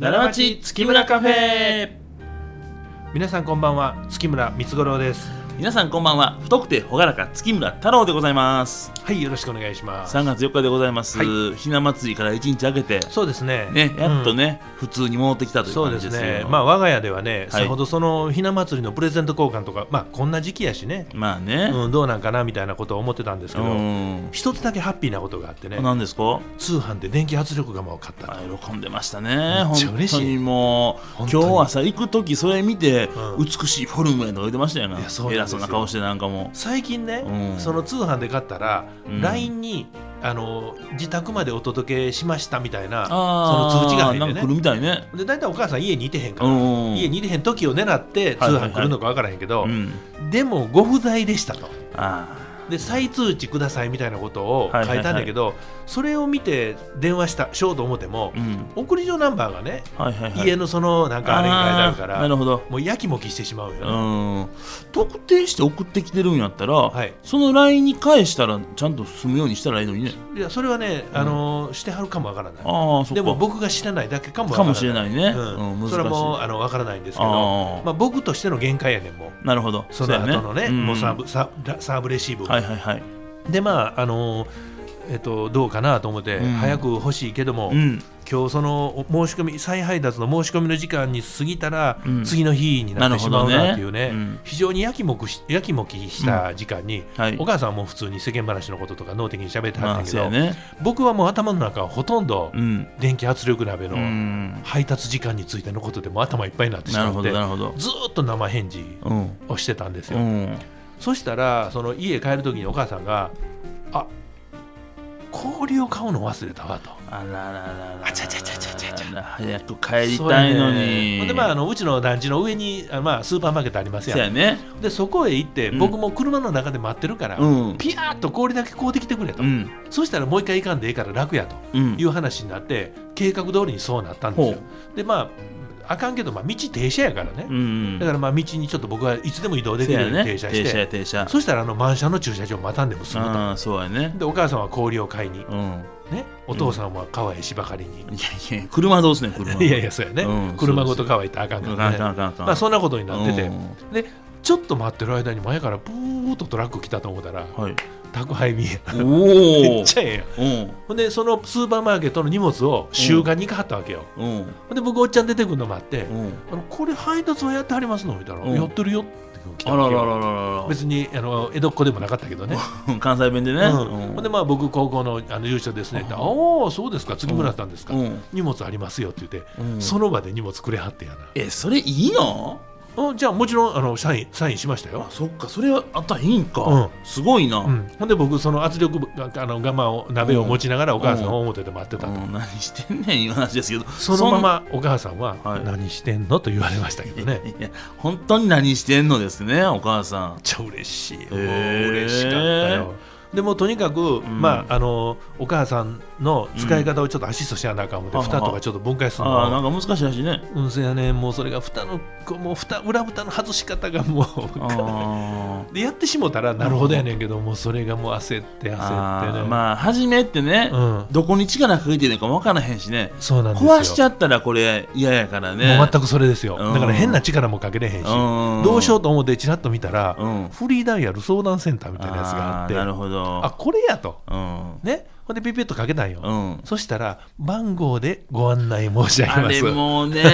奈良町月村カフェ皆さんこんばんは月村光五郎です皆さんこんばんは太くて朗らか月村太郎でございますはいよろしくお願いします3月4日でございます、はひな祭りから1日明けてそうですねねやっとうんね、普通に戻ってきたというそう感でじすですよねまあ我が家ではね、はいさほどそのひな祭りのプレゼント交換とかまあこんな時期やしね、まあねうん、どうなんかなみたいなことを思ってたんですけうど、ん一つだけハッピーなことがあってね何ですか通販で電気圧力釜を買ったあ喜んでましたねめっちゃ本嬉しい当にもう本当に今日朝行く時それ見て、うん美しいフォルムやとか言ってましたよないやそうなんですよ偉そうな顔してなんかも最近ね、うんその通販で買ったら、うん LINE にあの自宅までお届けしましたみたいなそあーの通知が入っなてんかね来るみたいねで大体お母さん家にいてへんかうら、ん家にいてへん時を狙って通はいはいはい販来るのか分からへんけど、うんでもご不在でしたとあで再通知くださいみたいなことをはい書はいはいいたんだけど、それを見て電話したしようと思ってもあ、うん送り状ナンバーがね、はいはいはい家のそのなんかあれに書いてあるかーらなるほどもうやきもきしてしまうよね、うん特定して送ってきてるんやったら、はいその LINE に返したらちゃんと済むようにしたらいいのにねいやそれはね、あのーしてはるかもわからないああそっかでも僕が知らないだけかもわからなもいしれないね、うんうん難しいそれはもうあのわからないんですけどあーまあ、僕としての限界やねんもうなるほどその後のうねやうんもうサーブサラサーブレシーブがはいはいはいでまああのえっと、どうかなと思って、うん早く欲しいけども、うん今日そのお申し込み再配達の申し込みの時間に過ぎたら、うん次の日になってしまうなるほどねなっていうねうん非常にやきもくしやきもきした時間に、はいお母さんはもう普通に世間話のこととか脳的に喋ってはまあったんだけそうど、やね僕はもう頭の中はほとんどうん電気圧力鍋うのん配達時間についてのことでもう頭いっぱいになってしなるまほっどてなるほどずーっと生返事うんをしてたんですうよ、んそしたらその家帰る時にお母さんが「あ氷を買うの忘れたわ」と。あららららあちゃちゃちゃちゃちゃちゃ早く帰りたいのそうやねにほんでまあ、あのうちの団地の上にあ、まあ、スーパーマーケットありますそうややねんでそこへ行って、うん僕も車の中で待ってるから、うんピヤーッと氷だけ買うてきてくれと、うんそしたらもう一回行かんでええから楽やとうんいう話になって計画通りにそうなったんですよほでまああかんけど、まあ、道停車やからね、うんだからまあ道にちょっと僕はいつでも移動でそきうるよやうにね停車して、や停車そしたらあの満車の駐車場待たんでも済むとああそうやねでお母さんは氷を買いに、うんね、お父さんは川へ芝刈りに、いやいや車どうすねん車いやいやそうやね、うん車ごと川行ったらあかんかあかんあらねかんあかんあかんまあ、そんなことになってて、うんちょっと待ってる間に前からブーっとトラック来たと思ったらはい宅配便やおめおっちゃええやんうんほんでそのスーパーマーケットの荷物を集荷に行かはったわけよ、うんほんで僕おっちゃん出てくるの待って、うんあのこれ配達はやってはりますのみたいな、うんやってるよって来たあらわけよららららら別にあの江戸っ子でもなかったけどね、うん関西弁でねうんうんほんでまあ僕高校のあの優勝ですねって「うあんあーそうですか杉村さんですか、うん荷物ありますよ」って言って、うんその場で荷物くれはってやえそれいいのな、うん、じゃあもちろんあのサインサインしましたよあそっかそれはあったらいいんか、うんすごいな、うん、ほんで僕その圧力があの我慢を鍋を持ちながらお母さんを表で待ってたと、うん何してんねんいう話ですけどそのまんまお母さんははい「何してんの?」と言われましたけどねいや本当に何してんのですねお母さんめっちゃ嬉しいよ、へーもう嬉しかったよでもとにかく、んまあ、あのお母さんの使い方をちょっとアシストしやなあかん思って、うん蓋とかちょっと分解するああなのんか難しいらしいねうんそやねもうそれが蓋のこうもう蓋裏蓋の外し方がもう分からないあでやってしもたらなるほどやねんけどもうそれがもう焦ってー焦ってあーね、まあ初めってね、うん、どこに力かけてるのか分からへんしねそうなんですよ壊しちゃったらこれ嫌やからねもう全くそれですよ、うんだから変な力もかけれへんし、うんどうしようと思ってちらっと見たら、うんフリーダイヤル相談センターみたいなやつがあってーなるあほどこれやとうんねほんでピピッとかけたんよ、うんそしたら番号でご案内申し上げあますれも うね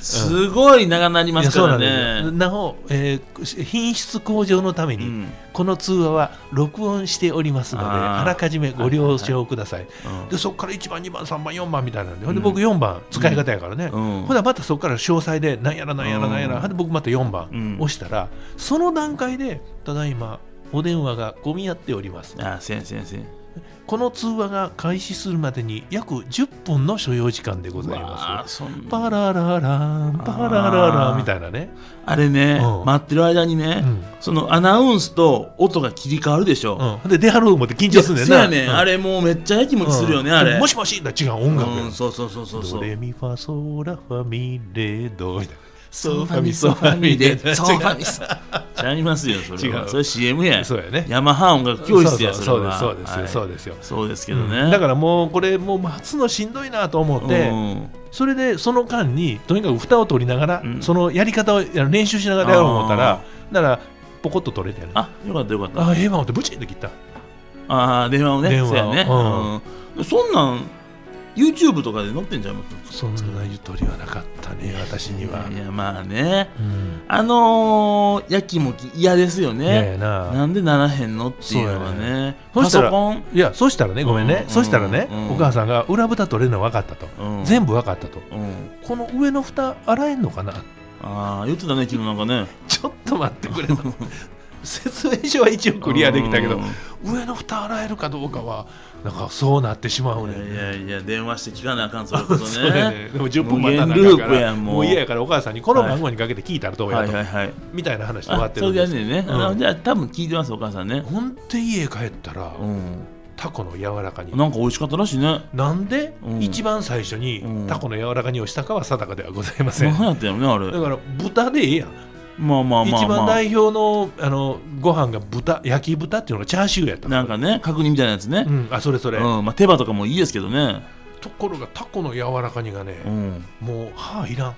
すごい長なりまいやすそかうならんですよねなお、えー品質向上のために、うんこの通話は録音しておりますのであーあらかじめご了承ください、うんでそこから1番2番3番4番みたいなんでほんでうん僕4番使い方やからね、うんほなまたそこから詳細でなんやらなんやらなんやら、うんほんで僕また4うん番押したら、その段階でただいまお電話が混み合っておりますあーせんせんせんこの通話が開始するまでに約10分の所要時間でございまあすそんなパララランパラララあーンみたいなね、あれね、うん待ってる間にね、うんそのアナウンスと音が切り替わるでしょ、うん、ほんで出はる思って緊張すんねんいやそなうやね、うんあれもうめっちゃやきもきするよね、あうれんもしもしだ違う音楽や、うん、そうそうそうそうそドうレミファソラファミレドみたいなソーファミ、ソーファミで、ソーファミ、ソちゃいますよ、それ違は。うそれ CM やん。そうやねヤマハ音楽教室や、それうそうは。そうですそうですはそいそうですようですけどね。だからもうこれもう待つのしんどいなと思って、うんそれでその間にとにかく蓋を取りながら、うんそのやり方をや練習しながらやろう思ったらだからポコッと取れてやるああ、よかった、よかった。あええわ思ってブチって切ったああ、電話をね。電話そうやね。ううんそんなん、YouTube とかで載ってんじゃいますそんなゆとりはなかったね私には、いや、まあね。うん、あのー、やきもき嫌ですよいやいね。やななんでならへんのっていうのはそうやね。そパしたソらコン。いやそしたらねごめんね、うんそしたらね、うんお母さんが裏蓋取れるの分かったと、うん全部分かったとうんこの上の蓋洗えんのかな ああ、言ってたね、昨日なんかね。ちょっと待ってくれ と説明書は一応クリアできたけどうん上の蓋洗えるかどうかはなんかそうなってしまうねいやいやいや、電話して聞かなあかん、それこそ そうやね。ねでも10分待たなあかんか無限ループらやんもうもう嫌やからお母さんにこの番号にかけて聞いたらどうやはいと、はいはい。みたいな話で終わあってそるれんでやでんすねんね。うんあじゃあ、多分聞いてます、お母さんね。ほんで家帰ったら、うん。タコの柔らかになんか美味しかったらしいね。なんで、うん一番最初に、うんタコの柔らかにをしたかは定かではございません、何やったんやろね、あだれ。から豚でええやん、まあまあまあ一番まあ。代表のあのご飯が豚焼き豚っていうのがチャーシューやったなんかね、角煮みたいなやつねう。ん、あそれそれ、うん。まあ、手羽とかもいいですけどね。ところがタコの柔らかにがね、うん。もう歯いらん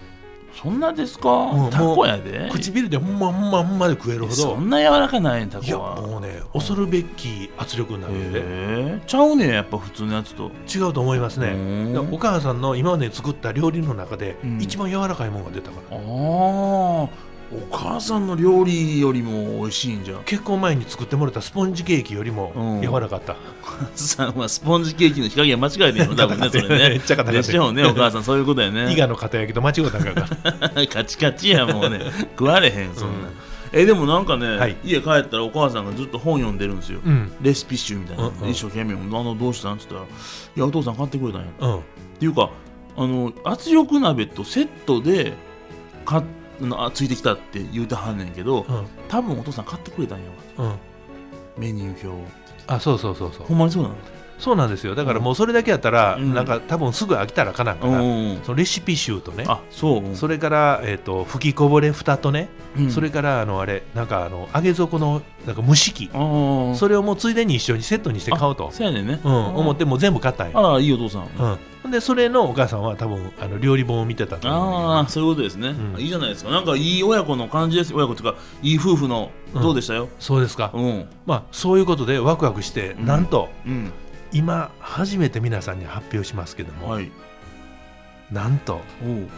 そんなですうかんタコやで。唇でほんまほんまほんまで食えるほそどんな柔らかないん、タいやコは。もうね恐るべき圧力になるんで、へえ。ちゃうねやっぱ普通のやつと。違うと思いますうね、んだからお母さんの今まで作った料理の中で、うん一番柔らかいものが出たからああ、お母さんの料理よりも美味しいんじゃん。お結婚前に作ってもらったスポンジケーキよりもうん柔らかかった、母さんはスポンジケーキの火加減間違えてるの、多分ね、それめっね。ち ゃ硬かでったしょうね、お母さん、そういうことや伊ね。賀の片焼きと間違うたんかから カチカチや、もうね。食われへん、そんなうん。え、でもなんかはいね、家帰ったらお母さんがずっと本読んでるんですよ。うんレシピ集みたいなうんうん。一生懸命、あの、どうしたんって言ったら、いや、お父さん買ってくれたんや。うんっていうか、あの、圧力鍋とセットで、か、あのあついてきたって言うてはんねんけど、うん多分お父さん買ってくれたんやわ。うんメニュー表を。あそうそうそうそうほんまにそうなのそうなんですよだからもうそれだけやったら、うんなんか多分すぐ飽きたらかなんかうら、んうんうんそのレシピ集とねあそうそれから、えー、と吹きこぼれ蓋とね、うんそれからあのあれなんかあの揚げ底のなんか蒸し器あーそれをもうついでに一緒にセットにして買おうと、そうやねんねうん、思ってもう全部買ったんあよ、らいいお父さんうん、ほんでそれのお母さんは多分あの料理本を見てたと思うんあだあそういうことですねうんいいじゃないですかなんかいい親子の感じです親子というかいい夫婦のうんどうでしたよけどそうですか、うんまあそういうことでワクワクして、うんなんとうん今初めて皆さんに発表しますけども、はいなんと おう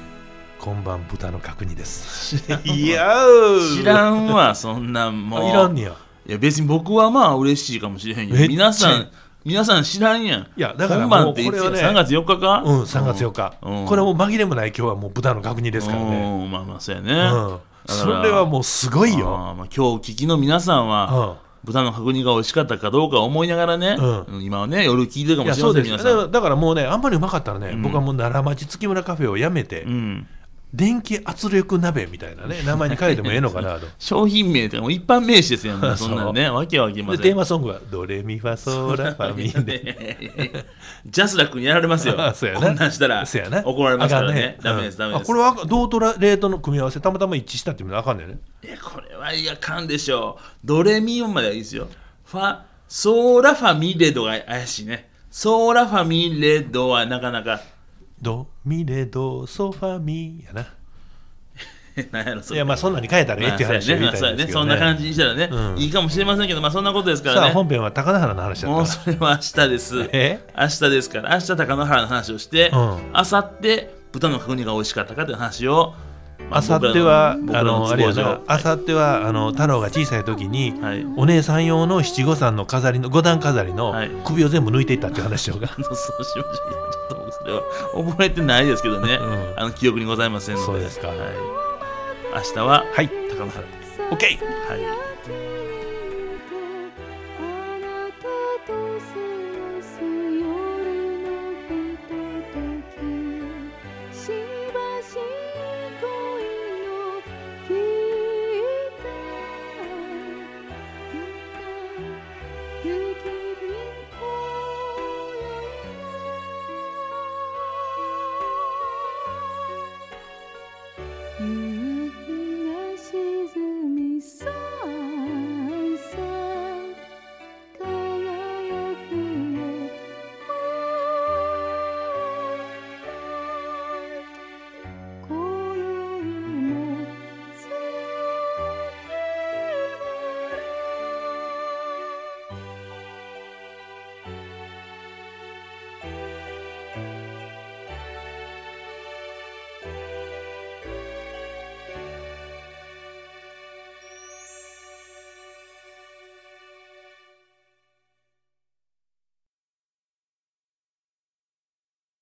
今晩豚の角煮ですいややー 知らんわそんなんもうあいらんねやいや別に僕はまあ嬉しいかもしれへんよめっちゃ皆さん皆さん知らんやんいやだから今も晩うってこいつれやはね3月4日かうん、3月4日日、うんこれはもう紛れもない今日はもう豚の角煮ですからね、まあまあそうやうねん、らそれはもうすごいよ、あーまあ今日お聞きの皆さんうはん、豚の角煮が美味しかったかどうか思いながらね、うんうん今はね夜聞いてるかいもやしれそまうせんです皆ださからん、だからもうねあんまりうまかったらね、うん僕はもう奈良町月村カフェをやめて、うん、電気圧力鍋みたいなね名前に変えてもええの かなと商品名とかもう一般名詞ですよ、もう そそうんなんねわけわけまでせテーんマソングは「ドレミファソラファミ」 でジャスラックにやられますよあ そうやなこんなんしたらそうやな怒られますからねあかんダメですダメうんであすこれは銅とレートの組み合わせたまたま一致したっていうのはあかんねんねいやこれはいやかんでしょうドレミオンまではいいですよファソーラファミレドが怪しいねソーラファミレドはなかなか ドミレドソファミやな何やろそいれやまあそんなに変えたらええっていう話を言いまたあそういやんでねすけそうどやねそんなね感じにしたらね、うんいいかもしれませんけど、まあ、そんなことですからさあね。本編は高田原の話だもうったそれは明日です。 え明日ですから、明日高野原の話をして、うん明後日豚の角煮が美味しかったかという話を、あさっては僕あらののあ僕れらのや都合なあさってはあの太郎が小さい時に、上はい。お姉さん用の七五三の飾りの五段飾りのはい首を全部抜いていったっていう話をが、あのそうしましょう。ちょっと僕それは覚えてないですけどね、うんあの記憶にございませんので、そうですかはい、明日ははい高野原です。 OK! はい「あなたと過ごす夜のひととき」「しばし恋を聞いた」「ゆきりこより」「夢